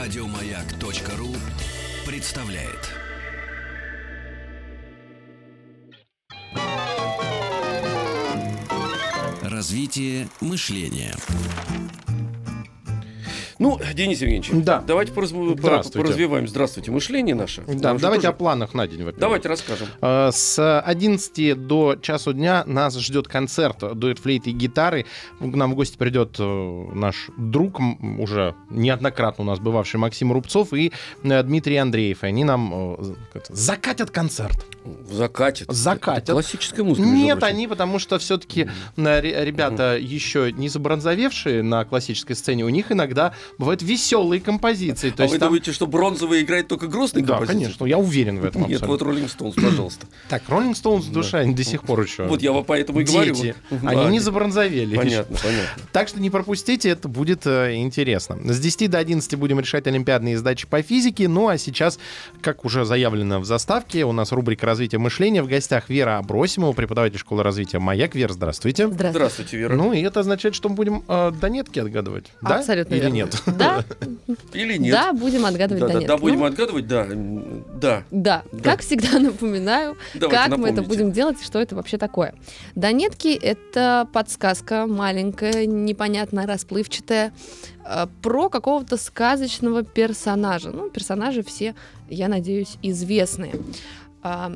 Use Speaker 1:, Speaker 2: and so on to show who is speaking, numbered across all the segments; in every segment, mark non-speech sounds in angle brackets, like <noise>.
Speaker 1: Радиомаяк.ру представляет. Развитие мышления.
Speaker 2: Ну, Денис Евгеньевич,
Speaker 3: Да.
Speaker 2: давайте поразв- пора-
Speaker 3: Здравствуйте.
Speaker 2: поразвиваем. Здравствуйте, мышление наше.
Speaker 3: Да,
Speaker 2: Нам же
Speaker 3: давайте
Speaker 2: тоже-
Speaker 3: о планах на день, во-первых.
Speaker 2: Давайте расскажем.
Speaker 3: Э, С 11 до часу дня нас ждет концерт дуэт флейты и гитары. К нам в гости придет э, наш друг, м, уже неоднократно у нас бывавший Максим Рубцов и э, Дмитрий Андреев. И они нам э, как это, закатят концерт.
Speaker 2: В закате.
Speaker 3: Закатят.
Speaker 2: Это классическая музыка. между
Speaker 3: Нет,
Speaker 2: прочим.
Speaker 3: они, потому что все-таки ребята еще не забронзовевшие на классической сцене, у них иногда бывают веселые композиции. То
Speaker 2: а
Speaker 3: есть
Speaker 2: вы
Speaker 3: там-
Speaker 2: думаете, что бронзовый играет только грустный
Speaker 3: Да,
Speaker 2: композитор?
Speaker 3: конечно, я уверен в этом.
Speaker 2: Нет,
Speaker 3: абсолютно.
Speaker 2: вот Роллинг Стоунс,
Speaker 3: <clears throat>
Speaker 2: пожалуйста.
Speaker 3: Так, Роллинг Стоунс в душе, они до сих пор еще.
Speaker 2: Вот я вам поэтому и говорю.
Speaker 3: <laughs> дети.
Speaker 2: <laughs> Вот.
Speaker 3: Они
Speaker 2: Да,
Speaker 3: не забронзовели. еще.
Speaker 2: Понятно, понятно.
Speaker 3: Так что не пропустите, это будет э, интересно. С 10 до 11 будем решать олимпиадные задачи по физике. Ну а сейчас, как уже заявлено в заставке, у нас рубрика «Развитие мышления». В гостях Вера Абросимова, преподаватель школы развития «Маяк». Вера, здравствуйте.
Speaker 4: Здравствуйте.
Speaker 2: Здравствуйте, Вера.
Speaker 3: Ну и это означает, что мы будем э, до нетки отгадывать, да?
Speaker 4: Абсолютно
Speaker 3: Или
Speaker 4: верно.
Speaker 3: нет?
Speaker 4: Да,
Speaker 2: Или <laughs> нет?
Speaker 4: да, будем отгадывать
Speaker 2: да, да,
Speaker 4: Донецк.
Speaker 2: да, будем
Speaker 4: Ну,
Speaker 2: отгадывать, да. м, Да.
Speaker 4: да.
Speaker 2: Да.
Speaker 4: как всегда <laughs> напоминаю,
Speaker 2: Давайте
Speaker 4: как мы это
Speaker 2: напомните.
Speaker 4: будем делать и что это вообще такое. Донетки — это подсказка маленькая, непонятная, расплывчатая, э, про какого-то сказочного персонажа. Ну, персонажи все, я надеюсь, известные. А,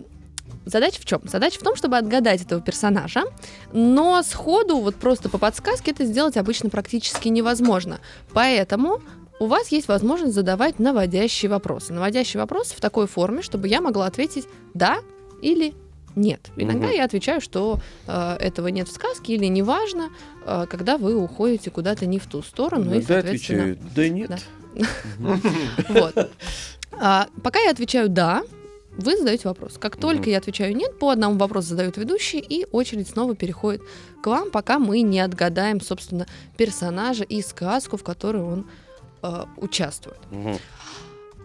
Speaker 4: Задача в чем? Задача в том, чтобы отгадать этого персонажа, но сходу, вот просто по подсказке, это сделать обычно практически невозможно. Поэтому у вас есть возможность задавать наводящие вопросы. Наводящие вопросы в такой форме, чтобы я могла ответить «да» или «нет». Иногда
Speaker 2: Мгм.
Speaker 4: я отвечаю, что э, этого нет в сказке или «неважно», э, когда вы уходите куда-то не в ту сторону. ну и,
Speaker 2: Иногда
Speaker 4: соответственно,
Speaker 2: отвечаю, да нет.
Speaker 4: Да. вот. А, пока я отвечаю «да», вы задаете вопрос. Как только
Speaker 2: Мгм.
Speaker 4: я отвечаю «нет», по одному вопросу задают ведущие, и очередь снова переходит к вам, пока мы не отгадаем, собственно, персонажа и сказку, в которой он э, участвует.
Speaker 2: Мгм.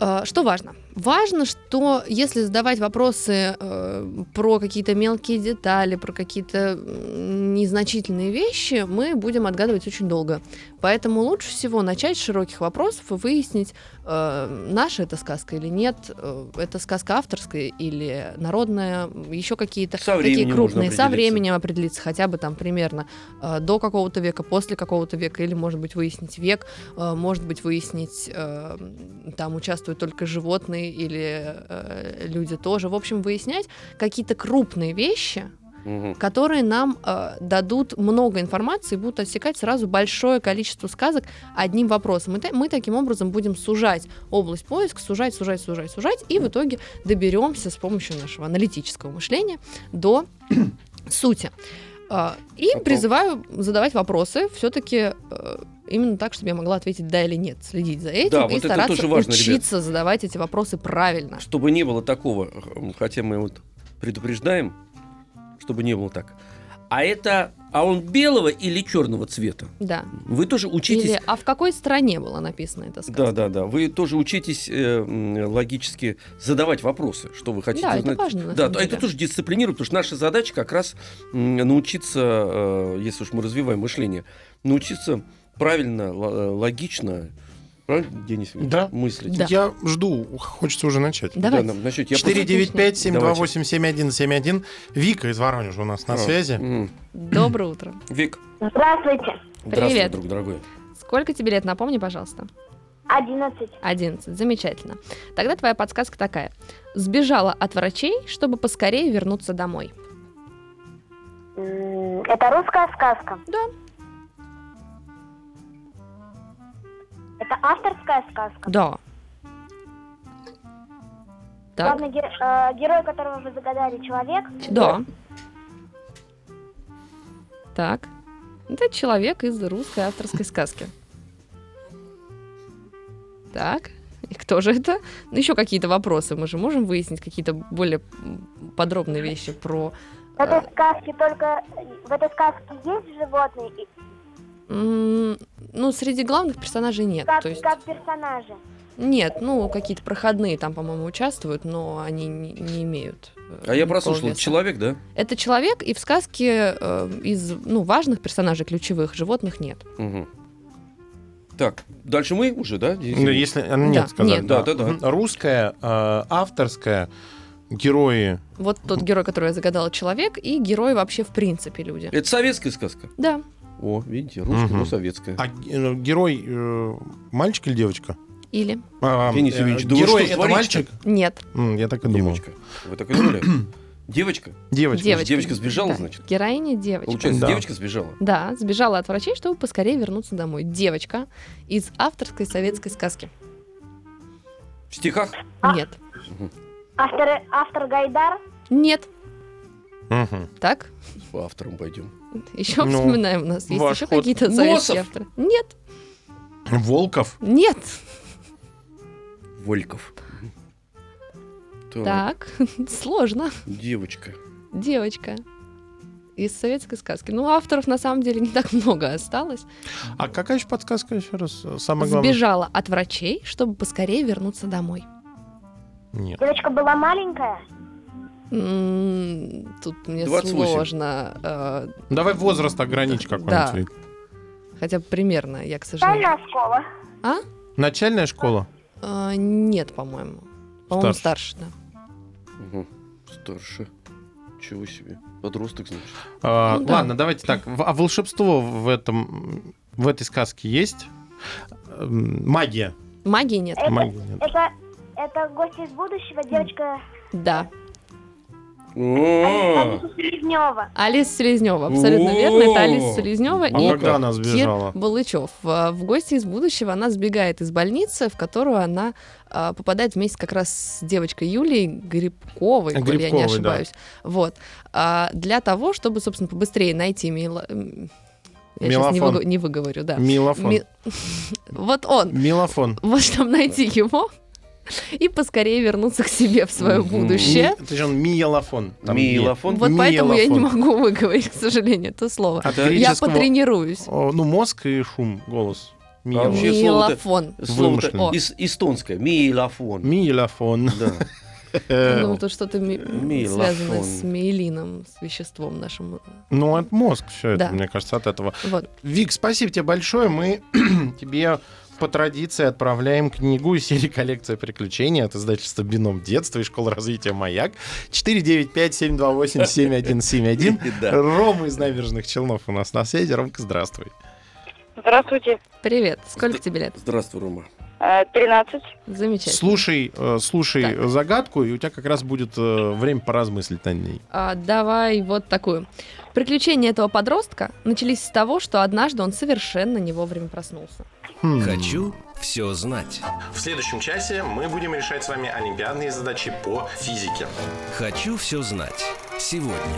Speaker 4: Э, Что важно? Важно, что если задавать вопросы э, про какие-то мелкие детали, про какие-то м, незначительные вещи, мы будем отгадывать очень долго. Поэтому лучше всего начать с широких вопросов и выяснить, э, наша это сказка или нет, э, это сказка авторская или народная, еще какие-то
Speaker 2: Со временем
Speaker 4: такие
Speaker 2: можно
Speaker 4: крупные. Со
Speaker 2: определиться.
Speaker 4: временем определиться хотя бы там примерно э, до какого-то века, после какого-то века, или, может быть, выяснить век, э, может быть, выяснить, э, там участвуют только животные или э, люди тоже. В общем, выяснять какие-то крупные вещи,
Speaker 2: Мгм.
Speaker 4: которые нам э, дадут много информации и будут отсекать сразу большое количество сказок одним вопросом. И та- мы таким образом будем сужать область поиска, сужать, сужать, сужать, сужать, и в итоге доберемся с помощью нашего аналитического мышления до <clears throat> сути. Э, И
Speaker 2: Попал.
Speaker 4: призываю задавать вопросы все-таки именно так, чтобы я могла ответить да или нет, следить за этим
Speaker 2: Да,
Speaker 4: и
Speaker 2: вот это
Speaker 4: стараться
Speaker 2: тоже важно, ребят.
Speaker 4: учиться задавать эти вопросы правильно.
Speaker 2: Чтобы не было такого, м, хотя мы вот предупреждаем, чтобы не было так. А это, а он белого или черного цвета?
Speaker 4: Да.
Speaker 2: Вы тоже учитесь.
Speaker 4: Или, а в какой стране была написана эта сказка?
Speaker 2: Да, да, да. Вы тоже учитесь э, м, логически задавать вопросы, что вы хотите
Speaker 4: Да, это
Speaker 2: узнать.
Speaker 4: важно, на
Speaker 2: да,
Speaker 4: самом
Speaker 2: то- это
Speaker 4: деле.
Speaker 2: тоже дисциплинирует, потому что наша задача как раз м, научиться, э, если уж мы развиваем мышление, научиться правильно, л- э, логично, правильно, Денис Евгеньевич,
Speaker 3: Да.
Speaker 2: мыслить.
Speaker 4: Да.
Speaker 3: Я жду, хочется уже начать.
Speaker 4: Давайте.
Speaker 2: нам начать. Я просто-
Speaker 3: 495-728-7171. Вика из Воронежа у нас на
Speaker 2: А,
Speaker 3: связи.
Speaker 2: м.
Speaker 4: Доброе утро.
Speaker 2: Вик,
Speaker 5: Здравствуйте.
Speaker 2: здравствуй,
Speaker 4: Привет.
Speaker 2: друг дорогой.
Speaker 4: Сколько тебе лет, напомни, пожалуйста.
Speaker 5: 11.
Speaker 4: 11. Замечательно. Тогда твоя подсказка такая. Сбежала от врачей, чтобы поскорее вернуться домой.
Speaker 5: М, Это русская сказка.
Speaker 4: Да.
Speaker 5: Это авторская сказка.
Speaker 4: Да. Так,
Speaker 5: Главный гер- э, герой, которого вы загадали, человек.
Speaker 4: да. Так. Это человек из русской авторской сказки. Так. И кто же это? Ну, еще какие-то вопросы. Мы же можем выяснить какие-то более м, подробные вещи про...
Speaker 5: В этой сказке только в этой сказке есть животные и
Speaker 4: М, Ну, среди главных персонажей нет.
Speaker 5: как,
Speaker 4: То есть,
Speaker 5: как персонажи.
Speaker 4: нет, ну, какие-то проходные там, по-моему, участвуют, но они не, не имеют. э,
Speaker 2: А я
Speaker 4: никакого
Speaker 2: прослушал,
Speaker 4: веса.
Speaker 2: человек, да?
Speaker 4: Это человек, и в сказке э, из ну, важных персонажей, ключевых животных нет.
Speaker 2: Мгм. Так, дальше мы уже, да? Денис
Speaker 3: Ну,
Speaker 2: Евгеньевич?
Speaker 3: Если а, нет,
Speaker 4: Да,
Speaker 3: сказали.
Speaker 4: нет.
Speaker 2: Да, да, да.
Speaker 3: Мгм. Русская, э, авторская, герои.
Speaker 4: Вот
Speaker 2: <laughs>
Speaker 4: тот герой, который я загадала, человек, и герой вообще в принципе люди.
Speaker 2: Это советская сказка.
Speaker 4: Да,
Speaker 2: О, видите, русская,
Speaker 3: Мгм.
Speaker 2: но советская.
Speaker 3: А э, герой э, мальчик или девочка?
Speaker 4: или
Speaker 3: А,
Speaker 2: Денис
Speaker 3: э,
Speaker 2: Евгеньевич, да вы
Speaker 3: герой
Speaker 2: что,
Speaker 3: это
Speaker 2: творите-то?
Speaker 3: мальчик?
Speaker 4: нет,
Speaker 3: М, Я так и думал.
Speaker 2: Девочка. Вы так и
Speaker 4: <clears throat>
Speaker 2: думали? Девочка?
Speaker 3: Девочка.
Speaker 4: девочка.
Speaker 2: девочка сбежала,
Speaker 4: Да,
Speaker 2: значит?
Speaker 4: Героиня девочка.
Speaker 2: Получается,
Speaker 3: Да.
Speaker 2: девочка сбежала.
Speaker 4: Да, сбежала от врачей, чтобы поскорее вернуться домой. Девочка из авторской советской сказки.
Speaker 2: В стихах?
Speaker 5: А.
Speaker 4: Нет.
Speaker 5: Автор, автор Гайдар.
Speaker 4: Нет.
Speaker 3: Мгм.
Speaker 4: Так,
Speaker 2: По авторам пойдем.
Speaker 4: еще
Speaker 3: Ну,
Speaker 4: вспоминаем. У нас есть
Speaker 3: ваш
Speaker 4: еще
Speaker 3: ход.
Speaker 4: какие-то советские
Speaker 2: Носов.
Speaker 4: авторы. Нет.
Speaker 3: Волков.
Speaker 4: Нет.
Speaker 2: Вольков. Так,
Speaker 4: Так, <laughs> сложно.
Speaker 2: девочка.
Speaker 4: Девочка из советской сказки. Ну, авторов на самом деле не так много осталось.
Speaker 3: А какая еще подсказка еще раз? Самое главное.
Speaker 4: Сбежала от врачей, чтобы поскорее вернуться домой.
Speaker 3: Нет.
Speaker 5: Девочка была маленькая.
Speaker 4: М, Тут мне
Speaker 2: 28.
Speaker 4: сложно. э,
Speaker 3: Давай возраст ограничь
Speaker 4: Да.
Speaker 3: какой-нибудь.
Speaker 4: хотя бы примерно, я, к сожалению.
Speaker 5: Школьная школа.
Speaker 4: А?
Speaker 3: Начальная школа?
Speaker 4: А, нет, по-моему. По-моему, старше, да.
Speaker 2: Мгм. Старше. Чего себе. Подросток, значит.
Speaker 3: А,
Speaker 4: Ну да.
Speaker 3: Ладно, давайте так. В- А волшебство в этом в этой сказке есть? Эм, Магия.
Speaker 4: Магии нет.
Speaker 5: Это,
Speaker 3: Магия нет.
Speaker 5: это, это гость из будущего, девочка
Speaker 4: Да.
Speaker 2: О,
Speaker 5: Алиса Селезнева.
Speaker 4: Алиса Селезнева. Абсолютно
Speaker 2: О!
Speaker 4: верно. Это Алиса Селезнева
Speaker 3: А
Speaker 4: и
Speaker 3: когда она
Speaker 4: Кир
Speaker 3: сбежала?
Speaker 4: Балычев. А, В гости из будущего она сбегает из больницы, в которую она а, попадает вместе как раз с девочкой Юлей Грибковой, если я не
Speaker 3: Грибковой, да.
Speaker 4: ошибаюсь. Вот. А, Для того, чтобы, собственно, побыстрее найти мила- м, Я сейчас не,
Speaker 3: Мелофон.
Speaker 4: выго- не выговорю, да.
Speaker 3: Милофон.
Speaker 4: Ми- <laughs> Вот он.
Speaker 3: Милофон.
Speaker 4: Вот чтобы найти его и поскорее вернуться к себе в свое
Speaker 2: Мгм.
Speaker 4: будущее.
Speaker 3: Ми- это же он миелофон. Там
Speaker 2: Миелофон.
Speaker 4: Вот поэтому я не
Speaker 3: Миелофон.
Speaker 4: могу выговорить, к сожалению, это слово.
Speaker 3: От
Speaker 2: Я
Speaker 4: Я
Speaker 3: греческого-
Speaker 4: потренируюсь.
Speaker 3: О, ну, мозг и шум, голос.
Speaker 2: А
Speaker 3: Миелофон.
Speaker 2: Вообще слово-то-
Speaker 4: Милофон.
Speaker 2: Слово-то
Speaker 4: Вымышленное.
Speaker 2: ис- эстонское. Милофон.
Speaker 3: Миелофон.
Speaker 2: Да.
Speaker 4: Ну, то что-то ми-
Speaker 2: Э, Милофон.
Speaker 4: связано с миелином, с веществом нашим.
Speaker 3: Ну, это мозг, все это,
Speaker 4: Да.
Speaker 3: мне кажется, от этого.
Speaker 4: Вот.
Speaker 3: Вик, спасибо тебе большое. Мы <clears throat> тебе по традиции отправляем книгу из серии «Коллекция приключений» от издательства «Бином детства» и «Школа развития Маяк». 495-728-7171.
Speaker 2: <laughs> Да.
Speaker 3: Рома из Набережных Челнов у нас на связи. Ромка, здравствуй.
Speaker 6: Здравствуйте.
Speaker 4: Привет. Сколько тебе лет?
Speaker 2: Здравствуй, Рома.
Speaker 6: Э, 13.
Speaker 4: Замечательно.
Speaker 3: Слушай, э, слушай
Speaker 4: Так.
Speaker 3: э, загадку, и у тебя как раз будет э, время поразмыслить над ней.
Speaker 4: А, давай вот такую. Приключения этого подростка начались с того, что однажды он совершенно не вовремя проснулся.
Speaker 3: Хм.
Speaker 1: Хочу все знать.
Speaker 7: В следующем часе мы будем решать с вами олимпиадные задачи по физике.
Speaker 1: Хочу все знать. Сегодня.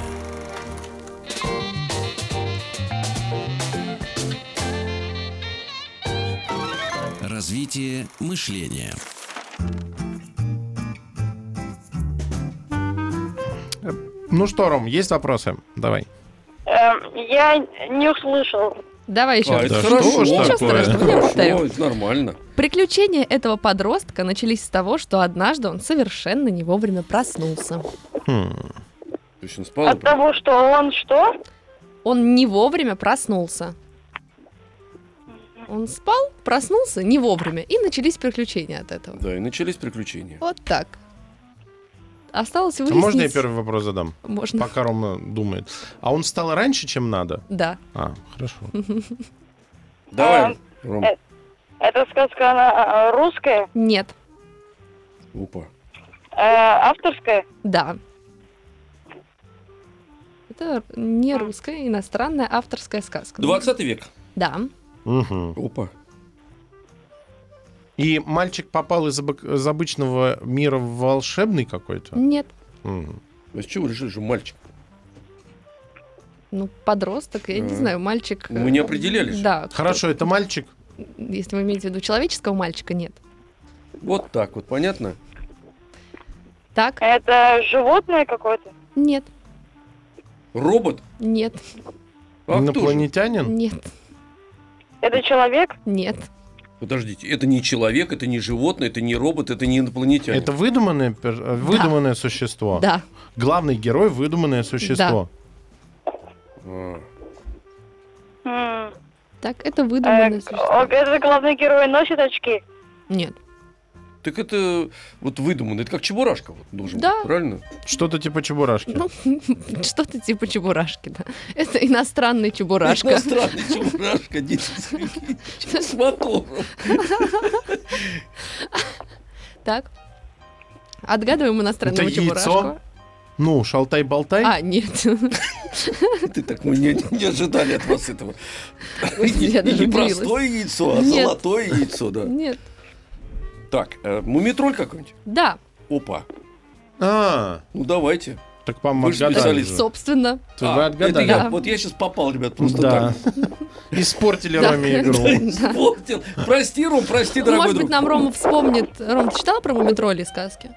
Speaker 1: Развитие мышления.
Speaker 3: Ну что, Ром, есть вопросы? Давай.
Speaker 6: Эм, я не услышал.
Speaker 4: Давай еще.
Speaker 2: А,
Speaker 4: раз.
Speaker 2: это
Speaker 3: Да
Speaker 2: хорошо.
Speaker 3: что ж
Speaker 4: Ничего
Speaker 3: такое?
Speaker 4: страшного, я повторю.
Speaker 2: Хорошо, это нормально.
Speaker 4: Приключения этого подростка начались с того, что однажды он совершенно не вовремя проснулся.
Speaker 3: Хм.
Speaker 2: То есть он спал.
Speaker 6: От того, что он что?
Speaker 4: Он не вовремя проснулся. Он спал, проснулся не вовремя, и начались приключения от этого.
Speaker 2: Да, и начались приключения.
Speaker 4: Вот так. Осталось
Speaker 3: А
Speaker 4: выяснить...
Speaker 3: Можно я первый вопрос задам?
Speaker 4: Можно.
Speaker 3: Пока Рома думает. А он встал раньше, чем надо?
Speaker 4: Да.
Speaker 3: А, хорошо.
Speaker 2: Давай, Ром.
Speaker 6: э. Эта сказка, она э, русская,
Speaker 4: Нет.
Speaker 2: Опа.
Speaker 6: э, авторская.
Speaker 4: Да. Это не русская, иностранная авторская сказка.
Speaker 2: 20 век.
Speaker 4: Да.
Speaker 3: Мгм.
Speaker 2: Опа.
Speaker 3: И мальчик попал из, обык- из обычного мира в волшебный какой-то?
Speaker 4: Нет.
Speaker 3: Мгм.
Speaker 2: А с чего решили, что мальчик?
Speaker 4: Ну, подросток, я не
Speaker 2: Э,
Speaker 4: знаю, мальчик...
Speaker 2: мы
Speaker 4: э,
Speaker 2: не определили же.
Speaker 4: Да. кто-
Speaker 3: Хорошо, это мальчик?
Speaker 4: Если вы имеете в виду человеческого мальчика, нет.
Speaker 2: Вот так вот, понятно?
Speaker 4: Так?
Speaker 6: Это животное какое-то?
Speaker 4: Нет.
Speaker 2: Робот?
Speaker 4: Нет.
Speaker 2: А кто же?
Speaker 3: Инопланетянин?
Speaker 4: Нет.
Speaker 6: Это человек?
Speaker 4: Нет.
Speaker 2: Подождите, это не человек, это не животное, это не робот, это не инопланетянин.
Speaker 3: Это выдуманное, пер- э, выдуманное существо?
Speaker 4: Да.
Speaker 3: Главный герой – выдуманное существо?
Speaker 2: А,
Speaker 6: М,
Speaker 4: так это
Speaker 6: Э,
Speaker 4: выдуманное
Speaker 6: о,
Speaker 4: существо.
Speaker 6: это главный герой носит очки.
Speaker 4: Нет. <laughs>
Speaker 2: Так это вот выдуманно. Это как Чебурашка вот должен
Speaker 4: Да.
Speaker 2: быть, правильно?
Speaker 3: Что-то типа чебурашки.
Speaker 4: Ну, что-то типа чебурашки, да. Это
Speaker 3: <laughs>
Speaker 4: иностранный чебурашка.
Speaker 2: Иностранный Ну, Чебурашка, Денис Сергеевич Смоковров.
Speaker 4: Так. Отгадываем иностранного
Speaker 3: Это яйцо?
Speaker 4: чебурашку.
Speaker 3: Ну, шалтай-болтай.
Speaker 4: А, нет. <laughs>
Speaker 2: Ты так мы не, не ожидали от вас этого.
Speaker 4: Господи, я даже
Speaker 2: не
Speaker 4: удивилась.
Speaker 2: простое яйцо, а
Speaker 4: Нет.
Speaker 2: золотое яйцо, да.
Speaker 4: Нет.
Speaker 2: Так, э, мумитроль какой-нибудь?
Speaker 4: Да,
Speaker 2: Опа.
Speaker 3: А,
Speaker 2: Ну давайте.
Speaker 3: так, по-моему,
Speaker 2: Вы же
Speaker 3: отгадали.
Speaker 2: специалист. А,
Speaker 3: же.
Speaker 4: собственно.
Speaker 3: Ты Вы
Speaker 2: это
Speaker 3: отгадали.
Speaker 2: я,
Speaker 4: Да.
Speaker 2: вот я сейчас попал, ребят, просто
Speaker 3: да.
Speaker 2: так.
Speaker 3: Испортили
Speaker 4: Да.
Speaker 3: Роме
Speaker 4: <laughs>
Speaker 2: Да,
Speaker 3: <laughs> игру.
Speaker 2: испортил. Прости, Ром, прости, дорогой
Speaker 4: Ну, Может
Speaker 2: друг.
Speaker 4: быть, нам Рома вспомнит. Ром, ты читал про мумитроли сказки?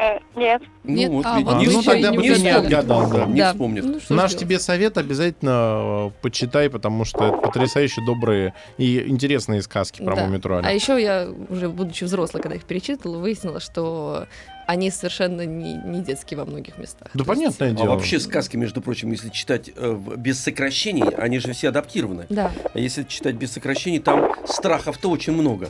Speaker 6: Э, нет.
Speaker 2: Ну,
Speaker 4: Нет,
Speaker 2: вот
Speaker 4: а,
Speaker 2: видите,
Speaker 4: вот
Speaker 2: не
Speaker 4: вы
Speaker 2: вспомнит,
Speaker 4: еще и не
Speaker 2: вспомнит.
Speaker 3: угадали. Да,
Speaker 2: Не вспомнит.
Speaker 4: Ну, что ж
Speaker 3: Наш
Speaker 4: делать.
Speaker 3: тебе совет обязательно э, почитай, потому что это потрясающе добрые и интересные сказки про
Speaker 4: Да.
Speaker 3: Мумитроля.
Speaker 4: А еще я, уже будучи взрослой, когда их перечитывала, выяснила, что они совершенно не, не детские во многих местах.
Speaker 3: Да
Speaker 4: То есть-
Speaker 3: понятное
Speaker 2: А
Speaker 3: дело.
Speaker 2: вообще сказки, между прочим, если читать э, в- без сокращений, они же все адаптированы.
Speaker 4: Да.
Speaker 2: А если читать без сокращений, там страхов-то очень много.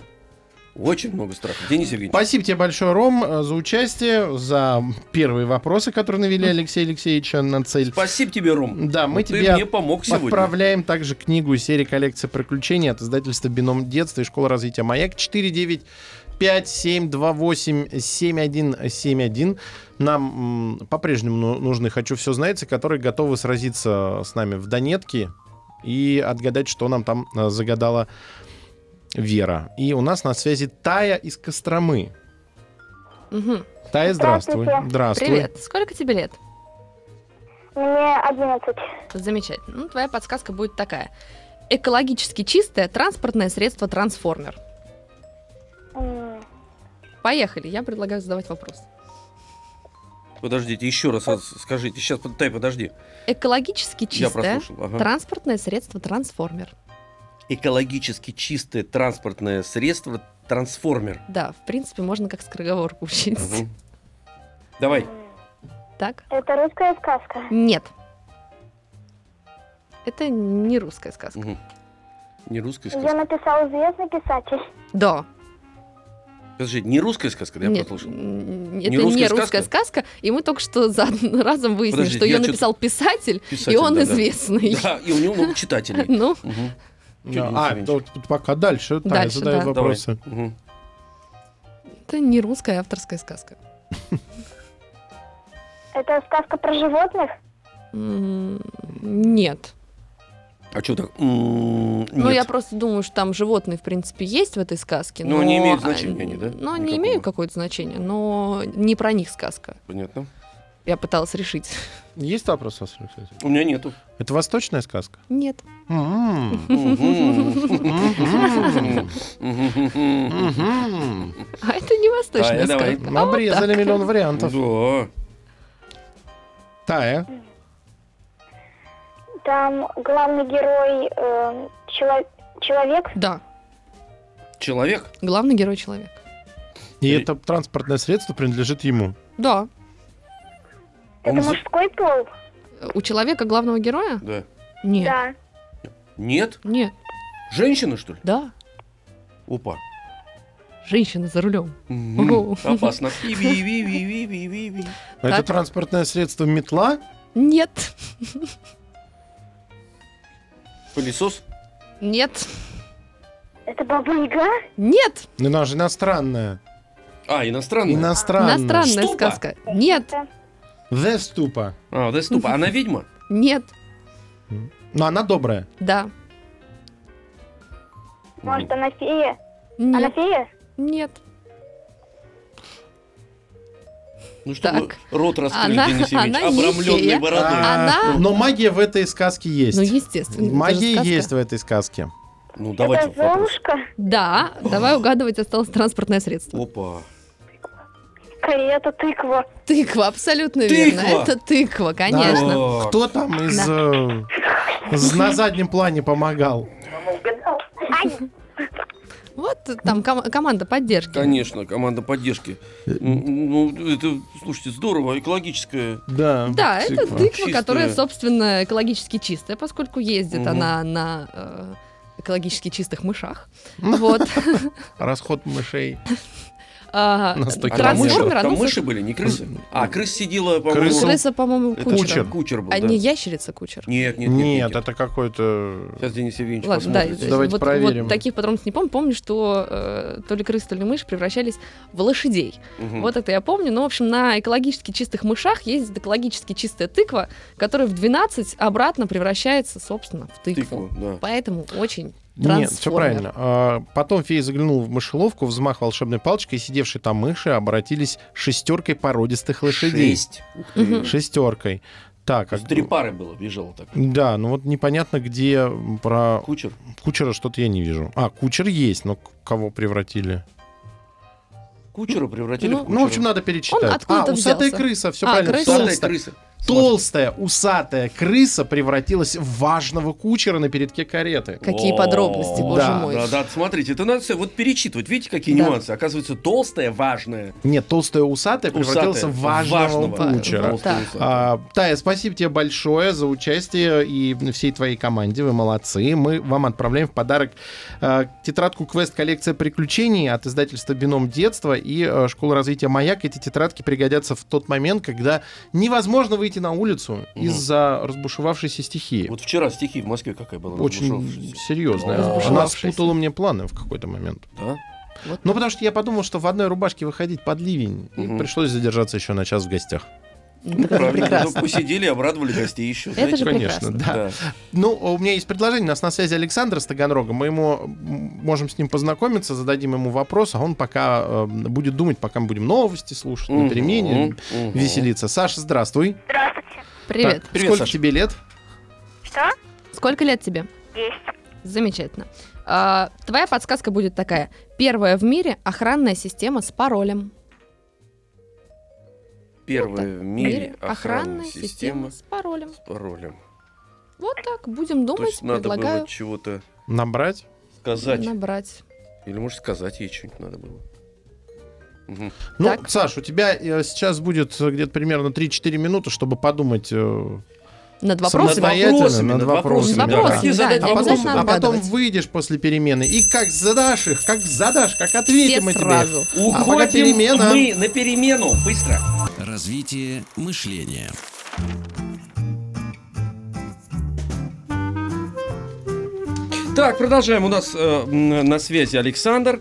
Speaker 2: Очень много страхов. Денис Евгеньевич,
Speaker 3: Спасибо тебе большое, Ром, э, за участие, за первые вопросы, которые навели Алексея Алексеевича на цель.
Speaker 2: спасибо тебе, Ром.
Speaker 3: Да, мы
Speaker 2: Ты
Speaker 3: тебе
Speaker 2: мне помог сегодня.
Speaker 3: Отправляем также книгу из серии коллекции приключений от издательства Бином детства и школа развития Маяк 49 5728-7171. Нам м, по-прежнему ну- нужны «Хочу все знается», которые готовы сразиться с нами в Донетке и отгадать, что нам там э, загадала Вера. И у нас на связи Тая из Костромы. А
Speaker 4: Мгм.
Speaker 3: Тая, здравствуй.
Speaker 5: Здравствуйте.
Speaker 3: Здравствуй.
Speaker 4: Привет. Сколько тебе лет?
Speaker 5: Мне 11.
Speaker 4: Замечательно. Ну, твоя подсказка будет такая. Экологически чистое транспортное средство трансформер.
Speaker 5: М,
Speaker 4: Поехали. Я предлагаю задавать вопрос.
Speaker 2: Подождите, еще раз а, с- скажите. Сейчас, под- Тай, подожди.
Speaker 4: Экологически
Speaker 2: Я
Speaker 4: чистое
Speaker 2: прослушал. Ага.
Speaker 4: транспортное средство трансформер.
Speaker 2: Экологически чистое транспортное средство трансформер.
Speaker 4: Да, в принципе, можно как скороговорку учить.
Speaker 2: Мгм. Давай.
Speaker 4: Так?
Speaker 5: Это русская сказка.
Speaker 4: Нет. Это не русская сказка.
Speaker 2: Мгм. Не русская
Speaker 5: Ее
Speaker 2: сказка.
Speaker 5: написал известный писатель.
Speaker 4: Да.
Speaker 2: Подожди, не русская сказка, да, я
Speaker 4: Нет,
Speaker 2: прослушал.
Speaker 4: м,
Speaker 2: Не
Speaker 4: это
Speaker 2: русская
Speaker 4: не русская
Speaker 2: сказка?
Speaker 4: сказка, и мы только что за разом выяснили,
Speaker 2: Подождите,
Speaker 4: что
Speaker 2: я
Speaker 4: ее
Speaker 2: чё-то-
Speaker 4: написал писатель,
Speaker 2: Писатель,
Speaker 4: и он
Speaker 2: да-да.
Speaker 4: известный.
Speaker 2: Да, и у него много читателей.
Speaker 4: <laughs> Ну,
Speaker 2: Мгм.
Speaker 3: Да, А,
Speaker 2: Чуть не
Speaker 3: тут тут пока дальше. Тая,
Speaker 4: Дальше,
Speaker 3: задай
Speaker 4: да.
Speaker 3: вопросы.
Speaker 2: Мгм.
Speaker 4: это не русская авторская сказка.
Speaker 5: Это сказка про животных?
Speaker 4: М, Нет.
Speaker 2: А что так? М,
Speaker 4: Ну,
Speaker 2: нет.
Speaker 4: я просто думаю, что там животные, в принципе, есть в этой сказке.
Speaker 2: Но
Speaker 4: Но
Speaker 2: не имеют значения Ну, они, да?
Speaker 4: Ну, они
Speaker 2: Никакого.
Speaker 4: имеют какое-то значение, но не про них сказка.
Speaker 2: Понятно.
Speaker 4: Я пыталась решить. <laughs>
Speaker 3: Есть вопрос, Алексей?
Speaker 2: У меня нету.
Speaker 3: Это восточная сказка?
Speaker 4: Нет.
Speaker 3: М.
Speaker 2: Мгм.
Speaker 3: Мгм.
Speaker 2: Мгм.
Speaker 3: Мгм.
Speaker 4: А это не
Speaker 2: Тая,
Speaker 4: восточная
Speaker 2: давай.
Speaker 4: сказка. А <laughs> вот
Speaker 3: Обрезали
Speaker 4: так.
Speaker 3: миллион вариантов.
Speaker 2: Ну,
Speaker 3: э?
Speaker 2: Да.
Speaker 3: Тая.
Speaker 5: Там главный герой э, чело- человек.
Speaker 4: Да,
Speaker 2: Человек?
Speaker 4: главный герой человек.
Speaker 3: И
Speaker 2: Ри-
Speaker 3: это транспортное средство принадлежит ему.
Speaker 4: Да.
Speaker 5: Это
Speaker 2: Он за-
Speaker 5: мужской пол?
Speaker 4: У человека главного героя?
Speaker 2: Да.
Speaker 4: Нет.
Speaker 5: Да.
Speaker 2: Нет?
Speaker 4: Нет.
Speaker 2: Женщина, что ли?
Speaker 4: Да.
Speaker 2: Опа.
Speaker 4: Женщина за рулем.
Speaker 2: Мгм.
Speaker 4: Ого.
Speaker 2: М-м-м. Опасно. Ви-ви-ви-ви-ви-ви-ви.
Speaker 3: Это
Speaker 4: Так.
Speaker 3: транспортное средство метла?
Speaker 4: Нет.
Speaker 2: Пылесос?
Speaker 4: Нет.
Speaker 5: Это баба Яга?
Speaker 4: Нет.
Speaker 3: Ну, Она же иностранная.
Speaker 2: А, иностранная?
Speaker 3: Иностранная.
Speaker 4: Иностранная
Speaker 2: Ступа.
Speaker 4: сказка. Нет.
Speaker 5: Это
Speaker 3: The Stupa.
Speaker 2: А, вот это ступа. Она ведьма?
Speaker 4: Нет.
Speaker 3: Но она добрая.
Speaker 4: Да.
Speaker 5: Может, она фея? Она
Speaker 4: Нет.
Speaker 5: фея?
Speaker 4: Нет.
Speaker 2: Ну, чтобы
Speaker 4: Так.
Speaker 2: рот раскрыли,
Speaker 4: Она-
Speaker 2: Денис Евгеньевич,
Speaker 4: она А. не
Speaker 2: обрамленный
Speaker 4: фея.
Speaker 2: бородой.
Speaker 4: Она-
Speaker 3: Но магия в этой сказке есть.
Speaker 4: Ну, естественно. это же
Speaker 3: Магия
Speaker 4: сказка.
Speaker 3: есть в этой сказке.
Speaker 2: Ну, давайте
Speaker 5: Это
Speaker 2: вопрос.
Speaker 5: Золушка?
Speaker 4: Да. Давай угадывать, осталось транспортное средство.
Speaker 2: Опа.
Speaker 5: Карета, тыква.
Speaker 4: Тыква, абсолютно
Speaker 2: Тыква!
Speaker 4: верно. Это тыква, конечно.
Speaker 2: Так.
Speaker 3: Кто там из... э, с- на заднем плане помогал?
Speaker 4: Вот там ком- команда поддержки.
Speaker 2: Конечно, команда поддержки. М, Ну, это, слушайте, здорово, экологическое.
Speaker 3: Да.
Speaker 4: Да,
Speaker 2: Типа.
Speaker 4: это тыква,
Speaker 2: Чистая.
Speaker 4: которая, собственно, экологически чистая, поскольку ездит
Speaker 2: Мгм.
Speaker 4: она на э, экологически чистых мышах.
Speaker 2: <laughs>
Speaker 4: Вот.
Speaker 3: Расход мышей.
Speaker 4: А,
Speaker 3: Нас таких
Speaker 2: там мыши,
Speaker 4: трансформер, а ну,
Speaker 2: там
Speaker 4: анонсы-
Speaker 2: мыши были, не крысы? А, крыс сидела, по-моему...
Speaker 3: Крыса-
Speaker 4: Крыса, по-моему,
Speaker 2: это
Speaker 4: кучер.
Speaker 2: Кучер. был,
Speaker 4: А
Speaker 2: да.
Speaker 4: не ящерица кучер.
Speaker 2: Нет, нет, нет. нет,
Speaker 3: Нет,
Speaker 2: нет.
Speaker 3: это какой-то...
Speaker 2: Сейчас Денис Евгеньевич
Speaker 4: Ладно, да,
Speaker 2: посмотрит.
Speaker 4: э,
Speaker 3: Давайте
Speaker 4: вот,
Speaker 3: проверим.
Speaker 4: вот таких подробностей не помню. Помню, что э, то ли крысы, то ли мыши превращались в лошадей.
Speaker 2: Мгм.
Speaker 4: Вот это я помню. Но, в общем, на экологически чистых мышах ездит экологически чистая тыква, которая в 12 обратно превращается, собственно, в тыкву.
Speaker 2: Тыкву, да.
Speaker 4: Поэтому очень
Speaker 3: Нет, все
Speaker 4: трансформер.
Speaker 3: правильно. А, Потом фея заглянула в мышеловку, взмах волшебной палочкой, и сидевшие там мыши обратились шестеркой породистых лошадей.
Speaker 2: Шесть. Ух ты.
Speaker 4: Мгм.
Speaker 3: Шестеркой. Так, а-
Speaker 2: Тут Три пары было, бежало так.
Speaker 3: Да, ну вот непонятно, где про
Speaker 2: Кучер.
Speaker 3: кучера что-то я не вижу. А, кучер есть, но к- кого превратили?
Speaker 2: Кучера превратили
Speaker 4: Ну,
Speaker 2: в кучера.
Speaker 3: Ну, в общем, надо перечитать.
Speaker 4: Он откуда-то
Speaker 3: а, усатая
Speaker 4: взялся.
Speaker 3: крыса, все
Speaker 4: А,
Speaker 3: правильно.
Speaker 4: крыса.
Speaker 2: Усатая
Speaker 3: Толстая,
Speaker 2: крыса.
Speaker 3: толстая, усатая крыса превратилась в важного кучера на передке кареты.
Speaker 4: Какие
Speaker 2: О,
Speaker 4: подробности, боже
Speaker 3: да,
Speaker 4: мой.
Speaker 2: Да, да, смотрите, это надо всё вот перечитывать. Видите, какие
Speaker 4: Да.
Speaker 2: нюансы? Оказывается, толстая, важная.
Speaker 3: Нет, толстая усатая превратилась
Speaker 2: усатая,
Speaker 3: в важного, кучера.
Speaker 4: Вот так.
Speaker 2: Толстая, усатая.
Speaker 3: А, Тая, спасибо тебе большое за участие и всей твоей команде. Вы молодцы. Мы вам отправляем в подарок э, тетрадку квест коллекция приключений от издательства Бином детства и э, школа развития Маяк. Эти тетрадки пригодятся в тот момент, когда невозможно выйти на улицу
Speaker 2: Мгм.
Speaker 3: из-за разбушевавшейся стихии.
Speaker 2: Вот вчера стихи в Москве какая была?
Speaker 3: Очень
Speaker 2: разбушевавшаяся?
Speaker 3: серьезная.
Speaker 4: Разбушевавшаяся.
Speaker 3: Она спутала мне планы в какой-то момент.
Speaker 2: Да?
Speaker 3: Ну, потому что я подумал, что в одной рубашке выходить под ливень, и
Speaker 2: Мгм.
Speaker 3: пришлось задержаться еще на час в гостях.
Speaker 4: Ну, так это
Speaker 2: Правильно.
Speaker 4: прекрасно.
Speaker 2: Ну, Посидели, обрадовали гостей еще.
Speaker 4: Это же
Speaker 3: Конечно,
Speaker 4: прекрасно.
Speaker 3: да. Ну, у меня есть предложение. У нас на связи Александр Стаганрога. Мы ему м, можем с ним познакомиться, зададим ему вопрос, а он пока э, будет думать, пока мы будем новости слушать на перемене, веселиться. Саша, здравствуй.
Speaker 5: Здравствуйте.
Speaker 4: Привет.
Speaker 3: Так,
Speaker 2: Привет,
Speaker 3: сколько
Speaker 2: Саша.
Speaker 3: тебе лет?
Speaker 5: Что?
Speaker 4: Сколько лет тебе?
Speaker 5: Есть.
Speaker 4: Замечательно. А, твоя подсказка будет такая. Первая в мире охранная система с паролем.
Speaker 2: Первая в мире охранная система
Speaker 4: с паролем.
Speaker 2: с паролем.
Speaker 4: Вот так, будем
Speaker 2: То
Speaker 4: думать,
Speaker 2: есть надо
Speaker 4: предлагаю
Speaker 2: было чего-то
Speaker 3: Набрать?
Speaker 2: сказать.
Speaker 4: набрать.
Speaker 2: Или, может, сказать ей что-нибудь надо было. Мгм.
Speaker 3: Ну,
Speaker 4: Так.
Speaker 3: Саш, у тебя э, сейчас будет э, где-то примерно 3-4 минуты, чтобы подумать. э,
Speaker 4: Над
Speaker 3: Вопросы?
Speaker 4: вопросами.
Speaker 3: Самостоятельно, над вопросами,
Speaker 4: да.
Speaker 2: Какие
Speaker 4: Да,
Speaker 2: задать
Speaker 4: да,
Speaker 3: а, потом,
Speaker 2: вопросы?
Speaker 4: обязательно
Speaker 3: а потом
Speaker 4: отгадывать.
Speaker 3: выйдешь после перемены и как задашь их, как задашь, как ответим
Speaker 4: Все
Speaker 3: мы тебе.
Speaker 4: сразу.
Speaker 3: А пока
Speaker 2: Уходим
Speaker 3: перемена.
Speaker 2: мы на перемену, быстро.
Speaker 1: Развитие мышления.
Speaker 2: Так, продолжаем. У нас э, м, на связи Александр.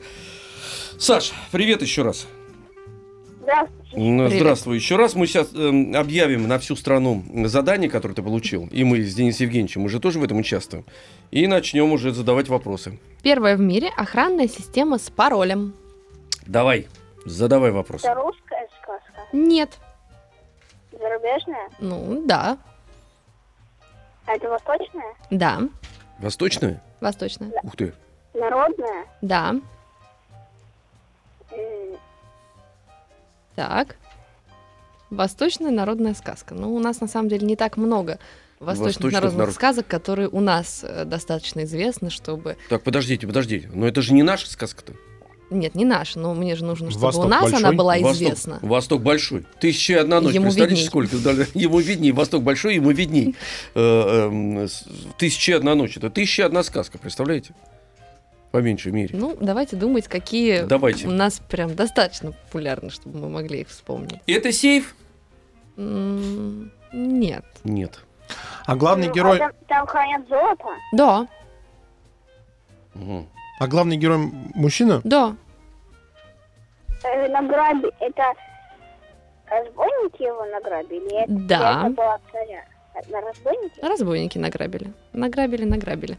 Speaker 2: Саш, привет еще раз.
Speaker 5: Здравствуйте.
Speaker 2: М,
Speaker 4: Привет.
Speaker 2: Здравствуй еще раз. Мы сейчас эм, объявим на всю страну задание, которое ты получил. И мы с Денисом Евгеньевичем уже тоже в этом участвуем. И начнем уже задавать вопросы.
Speaker 4: Первая в мире охранная система с паролем.
Speaker 2: Давай, задавай вопрос.
Speaker 5: Это русская сказка?
Speaker 4: Нет.
Speaker 5: Зарубежная?
Speaker 4: Ну, да.
Speaker 5: А это восточная?
Speaker 4: Да.
Speaker 2: Восточная?
Speaker 4: Восточная.
Speaker 2: Ух ты.
Speaker 5: Народная? Э,
Speaker 4: Да.
Speaker 5: М,
Speaker 4: Так. Восточная народная сказка. Ну, у нас на самом деле не так много восточных,
Speaker 2: Восточных
Speaker 4: народных
Speaker 2: народ-
Speaker 4: сказок, которые у нас э, достаточно известны, чтобы...
Speaker 2: Так, подождите, подождите. Но это же не наша сказка-то.
Speaker 4: Нет, не наша, но мне же нужно, чтобы
Speaker 3: Восток
Speaker 4: у нас она
Speaker 3: большой.
Speaker 4: была
Speaker 2: Восток,
Speaker 4: известна.
Speaker 2: Восток большой. Тысяча и одна ночь.
Speaker 4: Ему
Speaker 2: Представляете,
Speaker 4: видней.
Speaker 2: сколько? Да, да. <laughs> Ему видней. Восток большой, ему видней. Э, эм, с- Тысяча и одна ночь. Это тысяча и одна сказка, представляете? По меньшей мере.
Speaker 4: Ну, давайте думать, какие
Speaker 2: Давайте.
Speaker 4: у нас прям достаточно популярны, чтобы мы могли их вспомнить.
Speaker 2: Это сейф?
Speaker 4: М, Нет.
Speaker 2: Нет.
Speaker 3: А главный
Speaker 5: ну, а
Speaker 3: герой...
Speaker 5: там, там хранят золото?
Speaker 4: Да,
Speaker 2: Мгм.
Speaker 3: А главный герой м- мужчина?
Speaker 4: да.
Speaker 5: Э, Награби... Это разбойники его награбили? Это
Speaker 4: Да.
Speaker 5: Это была царя. Это разбойники?
Speaker 4: Разбойники награбили. Награбили, награбили.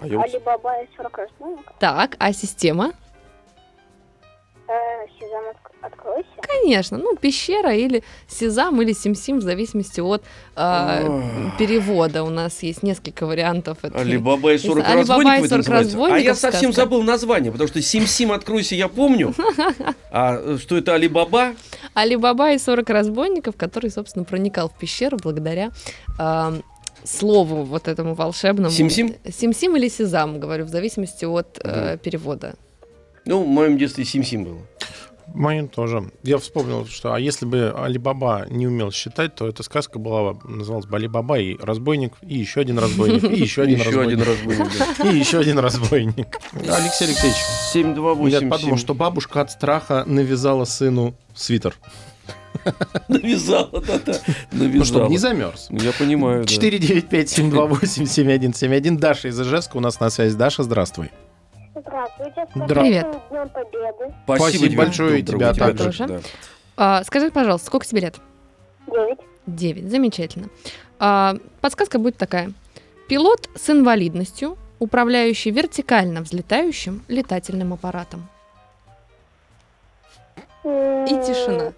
Speaker 2: А я вот-
Speaker 5: Али Баба и 40 разбойников?
Speaker 4: Так, а система?
Speaker 5: Э, Сезам, отк- откройся.
Speaker 4: Конечно, ну, пещера или Сезам или Симсим, в зависимости от э,
Speaker 2: Ох.
Speaker 4: перевода. У нас есть несколько вариантов. этой.
Speaker 2: Алибаба и 40
Speaker 4: Алибаба и
Speaker 2: разбойников. это
Speaker 4: 40
Speaker 2: называется? а я
Speaker 4: разбойников
Speaker 2: совсем
Speaker 4: сказка.
Speaker 2: забыл название, потому что Сим-Сим откройся, я
Speaker 4: <laughs>
Speaker 2: помню. А э, что это Алибаба?
Speaker 4: Али-Баба и 40 разбойников, который, собственно, проникал в пещеру благодаря э, слову вот этому волшебному.
Speaker 2: Сим-Сим?
Speaker 4: Сим-Сим или Сезам, говорю, в зависимости от э, перевода.
Speaker 2: Ну, в моем детстве Сим-Сим было.
Speaker 3: Моим тоже. Я вспомнил, что а если бы Алибаба не умел считать, то эта сказка была бы- называлась бы Алибаба и разбойник, и еще один разбойник, и еще один
Speaker 2: Еще один
Speaker 3: разбойник,
Speaker 2: раз будем. да.
Speaker 3: и еще один разбойник. <laughs> Алексей Алексеевич, я
Speaker 2: 728.
Speaker 3: подумал, что бабушка от страха навязала сыну свитер,
Speaker 2: навязала, да-да.
Speaker 3: ну,
Speaker 2: Навязала.
Speaker 3: чтобы не замерз.
Speaker 2: Ну, Я понимаю, да.
Speaker 3: 495-728-7171. Даша из Ижевска у нас на связи. Даша, здравствуй.
Speaker 5: Здравствуйте.
Speaker 3: Здра-
Speaker 4: Привет.
Speaker 5: Днем Победы.
Speaker 3: Спасибо
Speaker 2: тебе,
Speaker 3: большое, и
Speaker 2: доброго
Speaker 3: тебя
Speaker 4: также. А, скажи, пожалуйста, сколько тебе лет?
Speaker 5: Девять.
Speaker 4: Девять. Замечательно. А, подсказка будет такая. Пилот с инвалидностью, управляющий вертикально взлетающим летательным аппаратом. И тишина.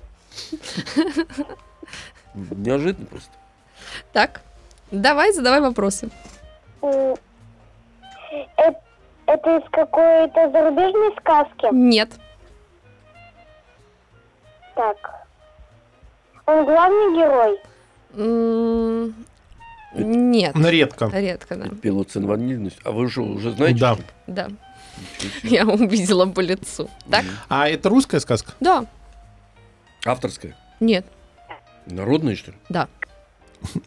Speaker 2: да. Неожиданно просто.
Speaker 4: Так, давай, задавай вопросы.
Speaker 5: М, э- Это из какой-то зарубежной сказки?
Speaker 4: Нет.
Speaker 5: Так. Он
Speaker 4: <laughs>
Speaker 5: главный герой.
Speaker 4: М, Нет.
Speaker 3: Но Ну, редко.
Speaker 4: Редко, да.
Speaker 2: Пилот с инвалидностью. А вы же уже знаете?
Speaker 3: Да.
Speaker 2: что ли?
Speaker 4: Да. Я увидела по лицу. Так?
Speaker 3: А это русская сказка?
Speaker 4: Да.
Speaker 2: Авторская?
Speaker 4: Нет.
Speaker 2: Народная, что ли?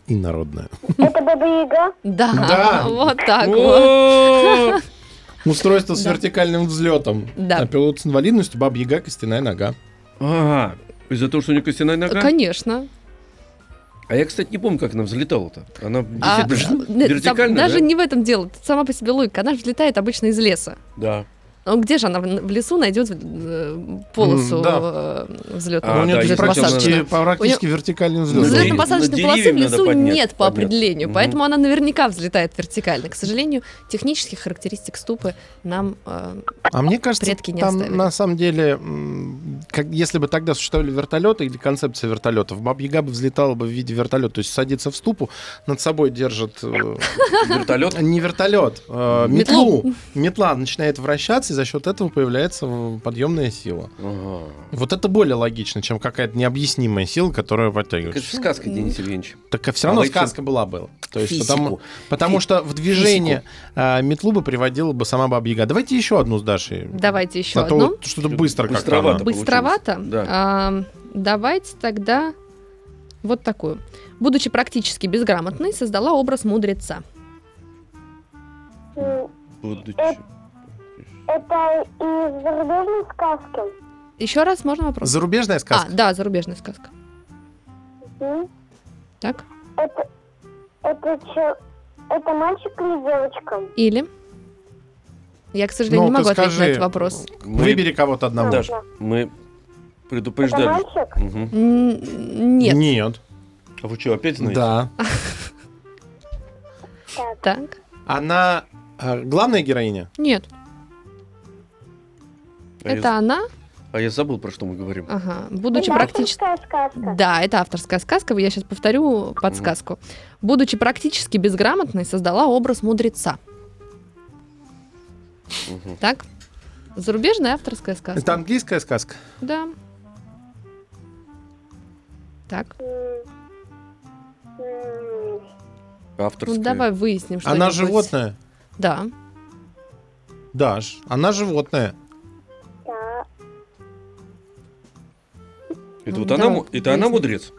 Speaker 3: И народная.
Speaker 5: Это Баба-Яга?
Speaker 4: Да.
Speaker 3: Да.
Speaker 4: Вот так вот.
Speaker 2: <laughs> О!
Speaker 3: Устройство с
Speaker 4: Да.
Speaker 3: вертикальным взлетом.
Speaker 4: Да.
Speaker 3: А пилот с инвалидностью, баба яга, костяная нога.
Speaker 2: А, Из-за того, что у нее костяная нога?
Speaker 4: Конечно.
Speaker 2: А я, кстати, не помню, как она взлетала-то. Она
Speaker 4: А,
Speaker 2: действительно
Speaker 4: а,
Speaker 2: <laughs>
Speaker 4: нет,
Speaker 2: вертикально,
Speaker 4: там даже
Speaker 2: да?
Speaker 4: не в этом дело. Тут Сама по себе логика. Она же летает обычно из леса.
Speaker 2: Да.
Speaker 4: Ну, где же она в в лесу найдет э, полосу
Speaker 3: М,
Speaker 4: э,
Speaker 3: да.
Speaker 4: взлета?
Speaker 2: А,
Speaker 3: Ну, у нее
Speaker 2: да,
Speaker 3: даже
Speaker 2: я смотрел,
Speaker 3: практически,
Speaker 2: наверное.
Speaker 3: практически вертикальный
Speaker 2: Ну,
Speaker 3: взлет.
Speaker 2: Взлет- на
Speaker 4: Взлетно-посадочной
Speaker 2: деревья
Speaker 4: полосы в
Speaker 2: надо
Speaker 4: лесу
Speaker 2: подняться,
Speaker 4: нет по
Speaker 2: подняться.
Speaker 4: определению,
Speaker 2: Мгм.
Speaker 4: поэтому она наверняка взлетает вертикально. К сожалению, технических характеристик ступы нам э,
Speaker 3: А мне кажется,
Speaker 4: Предки не
Speaker 3: там
Speaker 4: оставили.
Speaker 3: на самом деле, м, как, если бы тогда существовали вертолеты или концепция вертолетов, баба яга бы взлетала бы в виде вертолета, то есть садится в ступу, над собой держит э,
Speaker 2: Вертолет.
Speaker 4: <laughs>
Speaker 3: не вертолет, э,
Speaker 4: Метлу.
Speaker 3: метлу. Метла начинает вращаться, и за счет этого появляется э, подъемная сила.
Speaker 2: Ага.
Speaker 3: Вот это более логично, чем какая-то необъяснимая сила, которая
Speaker 2: Так Это
Speaker 3: подтягивает.
Speaker 2: же сказка, Денис Евгеньевич.
Speaker 3: Так все равно
Speaker 2: А вы всё-
Speaker 3: сказка была бы. То есть,
Speaker 2: Физику.
Speaker 3: потому, потому что в движение э, метлу бы приводила бы сама баба Яга. Давайте еще одну с Дашей.
Speaker 4: Давайте еще
Speaker 3: А то
Speaker 4: одну.
Speaker 3: вот что-то быстро как-то.
Speaker 2: Быстровато.
Speaker 3: она.
Speaker 2: получилось.
Speaker 4: Быстровато.
Speaker 2: Да.
Speaker 4: А, давайте тогда вот такую. Будучи практически безграмотной, создала образ мудреца.
Speaker 5: М,
Speaker 2: Будучи.
Speaker 5: Это из зарубежной сказки?
Speaker 4: Еще раз можно вопрос?
Speaker 3: Зарубежная сказка.
Speaker 4: А, да, зарубежная сказка.
Speaker 5: М,
Speaker 4: Так.
Speaker 5: Это, это, чё- это мальчик или девочка?
Speaker 4: Или? Я, к
Speaker 3: Ну,
Speaker 4: сожалению, не
Speaker 3: ты
Speaker 4: могу ответить на
Speaker 3: скажи.
Speaker 4: этот вопрос.
Speaker 2: Мы-
Speaker 3: Выбери кого-то одного.
Speaker 2: Даш, мы
Speaker 5: Это
Speaker 2: предупреждали. что-
Speaker 5: мальчик?
Speaker 2: Мгм.
Speaker 4: Н- Нет.
Speaker 3: Нет.
Speaker 2: А вы что, опять знаете?
Speaker 3: Да.
Speaker 5: Так.
Speaker 4: Так.
Speaker 3: Она э, главная героиня?
Speaker 4: Нет.
Speaker 2: А
Speaker 4: это
Speaker 2: я-
Speaker 4: она.
Speaker 2: А я забыл, про что мы говорим.
Speaker 4: Ага. Будучи
Speaker 5: Это
Speaker 4: практически...
Speaker 5: авторская сказка?
Speaker 4: Да, это авторская сказка. Я сейчас повторю подсказку. Будучи практически безграмотной, создала образ мудреца.
Speaker 2: Мгм.
Speaker 4: Так? Зарубежная авторская сказка.
Speaker 3: Это английская сказка?
Speaker 4: Да. Так,
Speaker 5: М, м,
Speaker 4: ну
Speaker 2: Авторская.
Speaker 4: давай выясним, что
Speaker 3: Она животное?
Speaker 4: Да.
Speaker 3: Даш, она животное.
Speaker 5: да.
Speaker 2: Это
Speaker 4: Ну,
Speaker 2: вот
Speaker 4: да,
Speaker 2: она, му- это она
Speaker 4: ясно.
Speaker 2: мудрец?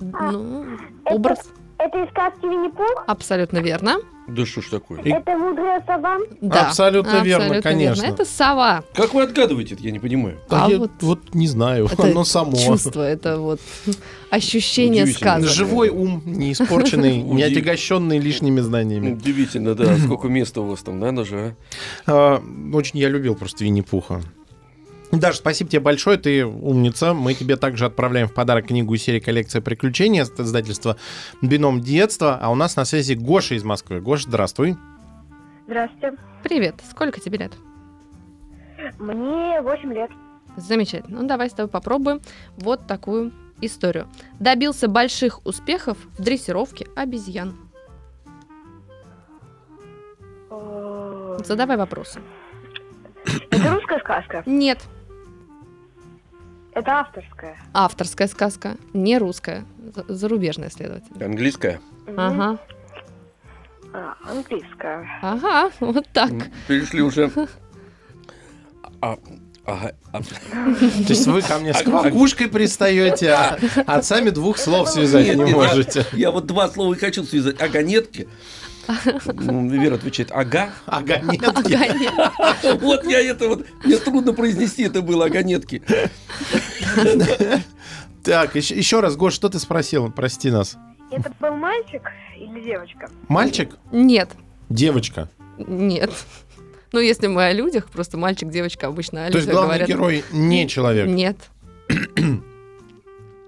Speaker 4: Ну,
Speaker 5: Это-
Speaker 4: образ.
Speaker 5: Это из сказки Винни-Пух?
Speaker 4: Абсолютно верно.
Speaker 2: Да что ж такое?
Speaker 3: И-
Speaker 5: Это мудрая сова?
Speaker 4: Да.
Speaker 3: Абсолютно верно, конечно. <laughs>
Speaker 4: Это сова.
Speaker 2: Как вы отгадываете это, я не понимаю.
Speaker 4: А
Speaker 3: я
Speaker 4: вот-
Speaker 3: не знаю,
Speaker 4: Это
Speaker 3: оно Ну, само.
Speaker 4: Чувство, это вот <laughs> ощущение
Speaker 2: Удивительно.
Speaker 4: сказок.
Speaker 3: Живой ум,
Speaker 2: <laughs>
Speaker 3: не испорченный, не отягощенный лишними знаниями.
Speaker 2: Удивительно, <clears throat> да, сколько места у вас там, да, же,
Speaker 3: А, Очень я любил просто Винни-Пуха. Даша, спасибо тебе большое, ты умница. Мы тебе также отправляем в подарок книгу из серии «Коллекция приключений» от издательства «Бином детства». А у нас на связи Гоша из Москвы. Гоша, здравствуй.
Speaker 6: Здравствуйте.
Speaker 4: Привет, сколько тебе лет?
Speaker 6: Мне 8 лет.
Speaker 4: Замечательно. Ну, давай с тобой попробуем вот такую историю. Добился больших успехов в дрессировке обезьян.
Speaker 6: Это
Speaker 4: Задавай вопросы.
Speaker 6: Э, русская сказка?
Speaker 4: Нет,
Speaker 6: Это авторская?
Speaker 4: авторская сказка, не русская, за- зарубежная, следовательно.
Speaker 2: а? Английская?
Speaker 4: Ага,
Speaker 6: А, английская.
Speaker 4: <laughs> ага, вот так.
Speaker 2: М, Перешли уже. А, Ага, а-
Speaker 3: То есть вы ко мне с квакушкой пристаете, а от сами двух слов связать
Speaker 2: Нет,
Speaker 3: не
Speaker 2: нет, а
Speaker 3: можете.
Speaker 2: <laughs> Я, я вот два слова и хочу связать. Агонетки. М, Вера отвечает, ага.
Speaker 3: Огонетки.
Speaker 4: Конечно.
Speaker 2: <laughs> Вот я это вот, мне трудно произнести это было, агонетки.
Speaker 3: Так, еще, еще раз, Гош, что ты спросил? Прости нас.
Speaker 6: Это был мальчик или девочка?
Speaker 3: Мальчик?
Speaker 4: Нет,
Speaker 3: Девочка.
Speaker 4: нет. <laughs> Ну, если мы о людях, просто мальчик, девочка обычно о
Speaker 3: То есть
Speaker 4: людях
Speaker 3: главный
Speaker 4: говорят.
Speaker 3: герой не человек.
Speaker 4: Нет.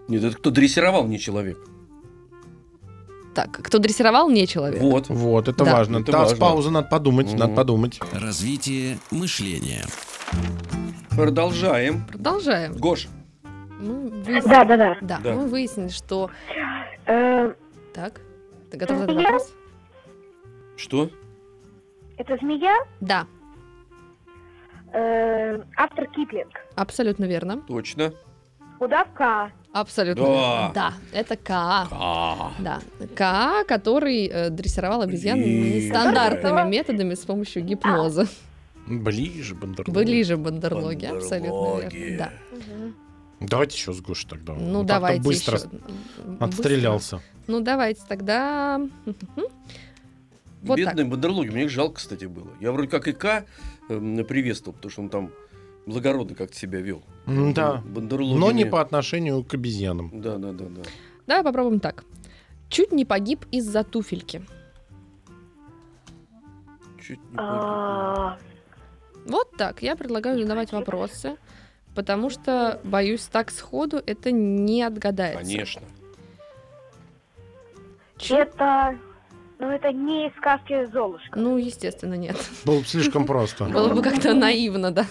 Speaker 2: Нет, это кто дрессировал, не человек.
Speaker 4: Так, кто дрессировал, не человек.
Speaker 2: Вот.
Speaker 3: Вот, это
Speaker 4: Да.
Speaker 3: важно.
Speaker 2: Это
Speaker 3: Та- С
Speaker 2: важно.
Speaker 3: паузы надо подумать,
Speaker 2: Мгм.
Speaker 3: надо подумать.
Speaker 1: Развитие мышления.
Speaker 2: Продолжаем.
Speaker 4: Продолжаем.
Speaker 2: Гош,
Speaker 4: Мы выяснили-
Speaker 6: Да, да, да.
Speaker 4: Да,
Speaker 2: Да.
Speaker 4: мы выяснили, что...
Speaker 6: Э,
Speaker 4: Так, ты готов задать
Speaker 6: Я?
Speaker 4: вопрос?
Speaker 2: что?
Speaker 6: это змея,
Speaker 4: Да,
Speaker 6: э, автор Киплинг.
Speaker 4: абсолютно верно.
Speaker 2: Точно.
Speaker 6: Удавка.
Speaker 4: Абсолютно
Speaker 2: Да.
Speaker 4: верно. Да, это Каа.
Speaker 2: А,
Speaker 4: Да, Каа, который э, дрессировал обезьян
Speaker 2: Блин.
Speaker 4: нестандартными методами с помощью гипноза.
Speaker 3: Ближе, Бандерлог.
Speaker 4: Были же бандерлоги, абсолютно
Speaker 2: Бандерлоги.
Speaker 4: верно. Да.
Speaker 3: Давайте еще с Гошей тогда.
Speaker 4: Ну,
Speaker 3: Он так-то
Speaker 4: давайте
Speaker 3: быстро
Speaker 4: еще. Быстро.
Speaker 3: отстрелялся.
Speaker 4: Ну, давайте тогда... Вот так.
Speaker 2: Бедные бандерлоги, мне их жалко, кстати, было. Я вроде как и К эм, приветствовал, потому что он там благородно как-то себя вел.
Speaker 3: Ну Да.
Speaker 2: Бандерлоги.
Speaker 3: Но не
Speaker 2: мне-
Speaker 3: по отношению к обезьянам.
Speaker 2: Да, да, да, да.
Speaker 4: Давай попробуем так. Чуть не погиб из-за туфельки.
Speaker 2: Чуть не помню.
Speaker 6: А,
Speaker 4: Вот так. Я предлагаю задавать вопросы, потому что, боюсь, так сходу это не отгадается.
Speaker 2: Конечно.
Speaker 4: Чуть-
Speaker 6: Это... Ну, это не из сказки Золушка.
Speaker 4: Ну, естественно, нет.
Speaker 3: Было бы
Speaker 4: <laughs>
Speaker 3: слишком просто.
Speaker 4: Было бы как-то наивно, да?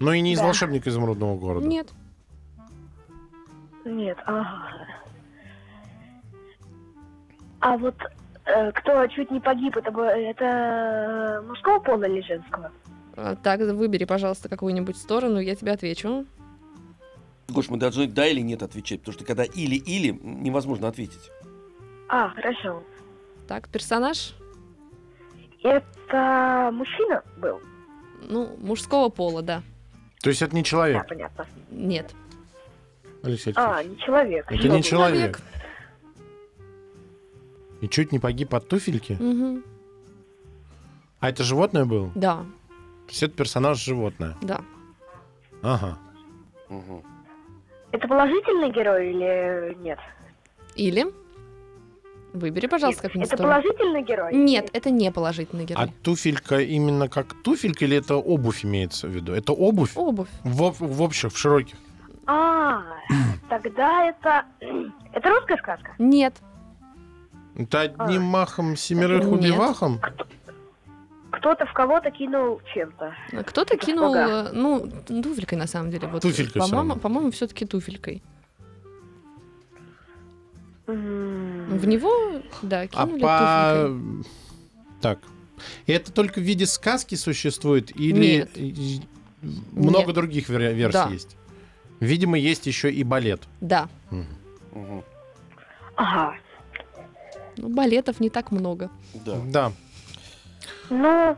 Speaker 3: Но и не из
Speaker 6: Да.
Speaker 3: волшебника изумрудного города.
Speaker 4: Нет.
Speaker 6: Нет, ага. А вот э, кто чуть не погиб, это, бы- это мужского пола или женского?
Speaker 4: А, Так, выбери, пожалуйста, какую-нибудь сторону, я тебе отвечу.
Speaker 2: Гош, мы должны да или нет отвечать, потому что когда или-или, невозможно ответить.
Speaker 6: А, хорошо.
Speaker 4: Так, персонаж,
Speaker 6: Это мужчина был?
Speaker 4: ну, мужского пола, да.
Speaker 3: То есть это не
Speaker 6: Да,
Speaker 3: человек,
Speaker 6: понятно.
Speaker 4: Нет.
Speaker 3: Алексей
Speaker 6: А,
Speaker 3: Алексеевич.
Speaker 6: не человек.
Speaker 3: Это
Speaker 6: Что
Speaker 3: не
Speaker 6: вы?
Speaker 3: человек. И чуть не погиб от туфельки.
Speaker 4: Мгм.
Speaker 3: А это животное было?
Speaker 4: Да,
Speaker 3: То есть это персонаж животное.
Speaker 4: да.
Speaker 3: Ага.
Speaker 2: Мгм.
Speaker 6: Это положительный герой или нет?
Speaker 4: Или? Выбери, пожалуйста,
Speaker 6: Нет.
Speaker 4: какую-нибудь
Speaker 6: Это
Speaker 4: сторону.
Speaker 6: положительный герой?
Speaker 4: Нет, это не положительный
Speaker 3: А
Speaker 4: герой.
Speaker 3: туфелька именно как туфелька или это обувь имеется в виду? Это обувь?
Speaker 4: Обувь.
Speaker 3: В, об- в общих, в широких.
Speaker 6: А, <clears throat> тогда это... <clears throat> Это русская сказка?
Speaker 4: Нет.
Speaker 3: Это одним
Speaker 6: А.
Speaker 3: махом семерых
Speaker 4: Нет.
Speaker 3: убивахом?
Speaker 6: Кто-то в кого-то кинул чем-то.
Speaker 4: Кто-то
Speaker 6: Это
Speaker 4: кинул,
Speaker 6: слуга.
Speaker 4: э, ну, туфелькой на самом деле. Вот,
Speaker 3: Туфелькой всё
Speaker 4: По-моему,
Speaker 3: равно.
Speaker 4: по-моему, все-таки туфелькой.
Speaker 6: М.
Speaker 4: В него, да,
Speaker 3: А
Speaker 4: кинули туфелькой.
Speaker 3: по... Так. И это только в виде сказки существует или
Speaker 4: Нет.
Speaker 3: и- много
Speaker 4: Нет.
Speaker 3: других вер- версий
Speaker 4: Да.
Speaker 3: есть? Видимо, есть еще и балет.
Speaker 4: Да.
Speaker 2: Мгм.
Speaker 6: Ага.
Speaker 4: Ну, балетов не так много.
Speaker 2: Да.
Speaker 3: Да.
Speaker 6: Ну,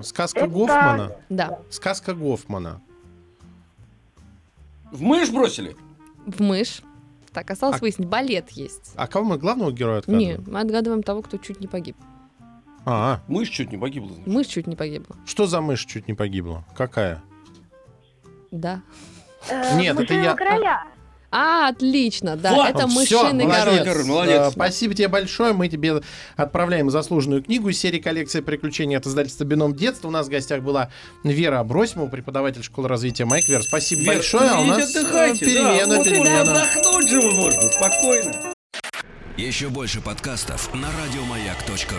Speaker 3: Сказка
Speaker 6: Это-
Speaker 3: Гофмана.
Speaker 4: Да.
Speaker 3: Сказка Гофмана.
Speaker 2: В мышь бросили?
Speaker 4: В мышь. Так, осталось
Speaker 3: А-
Speaker 4: выяснить. Балет есть.
Speaker 3: А кого мы главного героя
Speaker 4: Не,
Speaker 3: отгадываем?
Speaker 4: мы отгадываем того, кто чуть не погиб.
Speaker 3: А,
Speaker 2: Мышь чуть не погибла. значит.
Speaker 4: Мышь чуть не погибла.
Speaker 3: что за мышь чуть не погибла? Какая?
Speaker 4: Да.
Speaker 6: э,
Speaker 3: Нет, это
Speaker 6: «Мышиного
Speaker 3: я-
Speaker 6: короля.
Speaker 4: А, отлично, да,
Speaker 2: Вот,
Speaker 4: это
Speaker 3: всё,
Speaker 4: мышиный
Speaker 2: молодец.
Speaker 4: король.
Speaker 2: Король, молодец.
Speaker 3: Э, Спасибо тебе большое. Мы тебе отправляем заслуженную книгу из серии коллекции приключений от издательства «Бином детства». У нас в гостях была Вера Абросимова, преподаватель школы развития Майк. Вер, спасибо
Speaker 2: Вер, ну,
Speaker 3: большое. А у
Speaker 2: идите
Speaker 3: нас э,
Speaker 2: отдыхайте, да.
Speaker 3: перемена,
Speaker 2: Вот
Speaker 3: перемена.
Speaker 2: Отдохнуть же можно, спокойно.
Speaker 1: Еще больше подкастов на радиомаяк.ру.